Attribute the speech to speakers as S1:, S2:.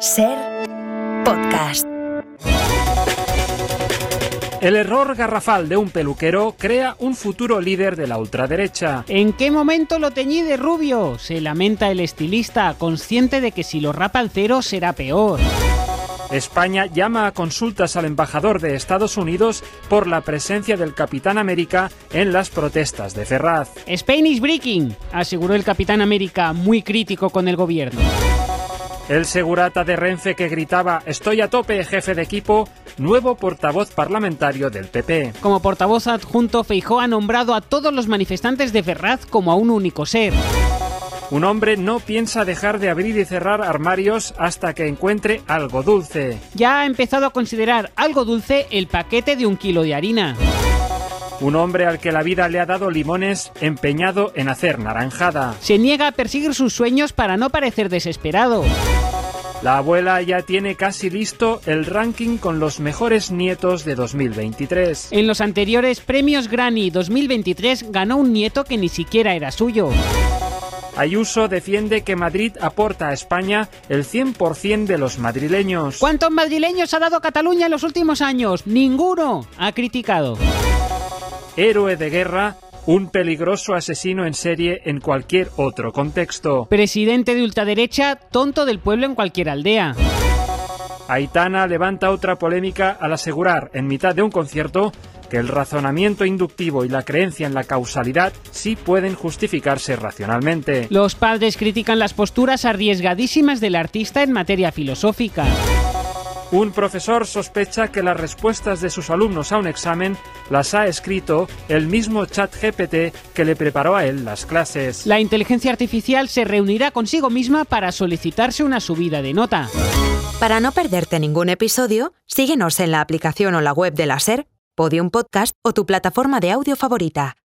S1: Ser podcast.
S2: El error garrafal de un peluquero crea un futuro líder de la ultraderecha.
S3: ¿En qué momento lo teñí de rubio? Se lamenta el estilista, consciente de que si lo rapa al cero será peor.
S2: España llama a consultas al embajador de Estados Unidos por la presencia del Capitán América en las protestas de Ferraz.
S3: Spain is breaking, aseguró el Capitán América, muy crítico con el gobierno.
S2: El segurata de Renfe que gritaba Estoy a tope, jefe de equipo, nuevo portavoz parlamentario del PP.
S3: Como portavoz adjunto, Feijó ha nombrado a todos los manifestantes de Ferraz como a un único ser.
S2: Un hombre no piensa dejar de abrir y cerrar armarios hasta que encuentre algo dulce.
S3: Ya ha empezado a considerar algo dulce el paquete de un kilo de harina.
S2: Un hombre al que la vida le ha dado limones empeñado en hacer naranjada.
S3: Se niega a perseguir sus sueños para no parecer desesperado.
S2: La abuela ya tiene casi listo el ranking con los mejores nietos de 2023.
S3: En los anteriores premios Granny 2023 ganó un nieto que ni siquiera era suyo.
S2: Ayuso defiende que Madrid aporta a España el 100% de los madrileños.
S3: ¿Cuántos madrileños ha dado Cataluña en los últimos años? Ninguno, ha criticado.
S2: Héroe de guerra, un peligroso asesino en serie en cualquier otro contexto.
S3: Presidente de ultraderecha, tonto del pueblo en cualquier aldea.
S2: Aitana levanta otra polémica al asegurar, en mitad de un concierto, que el razonamiento inductivo y la creencia en la causalidad sí pueden justificarse racionalmente.
S3: Los padres critican las posturas arriesgadísimas del artista en materia filosófica.
S2: Un profesor sospecha que las respuestas de sus alumnos a un examen las ha escrito el mismo chat GPT que le preparó a él las clases.
S3: La inteligencia artificial se reunirá consigo misma para solicitarse una subida de nota.
S1: Para no perderte ningún episodio, síguenos en la aplicación o la web de la SER Podium Podcast o tu plataforma de audio favorita.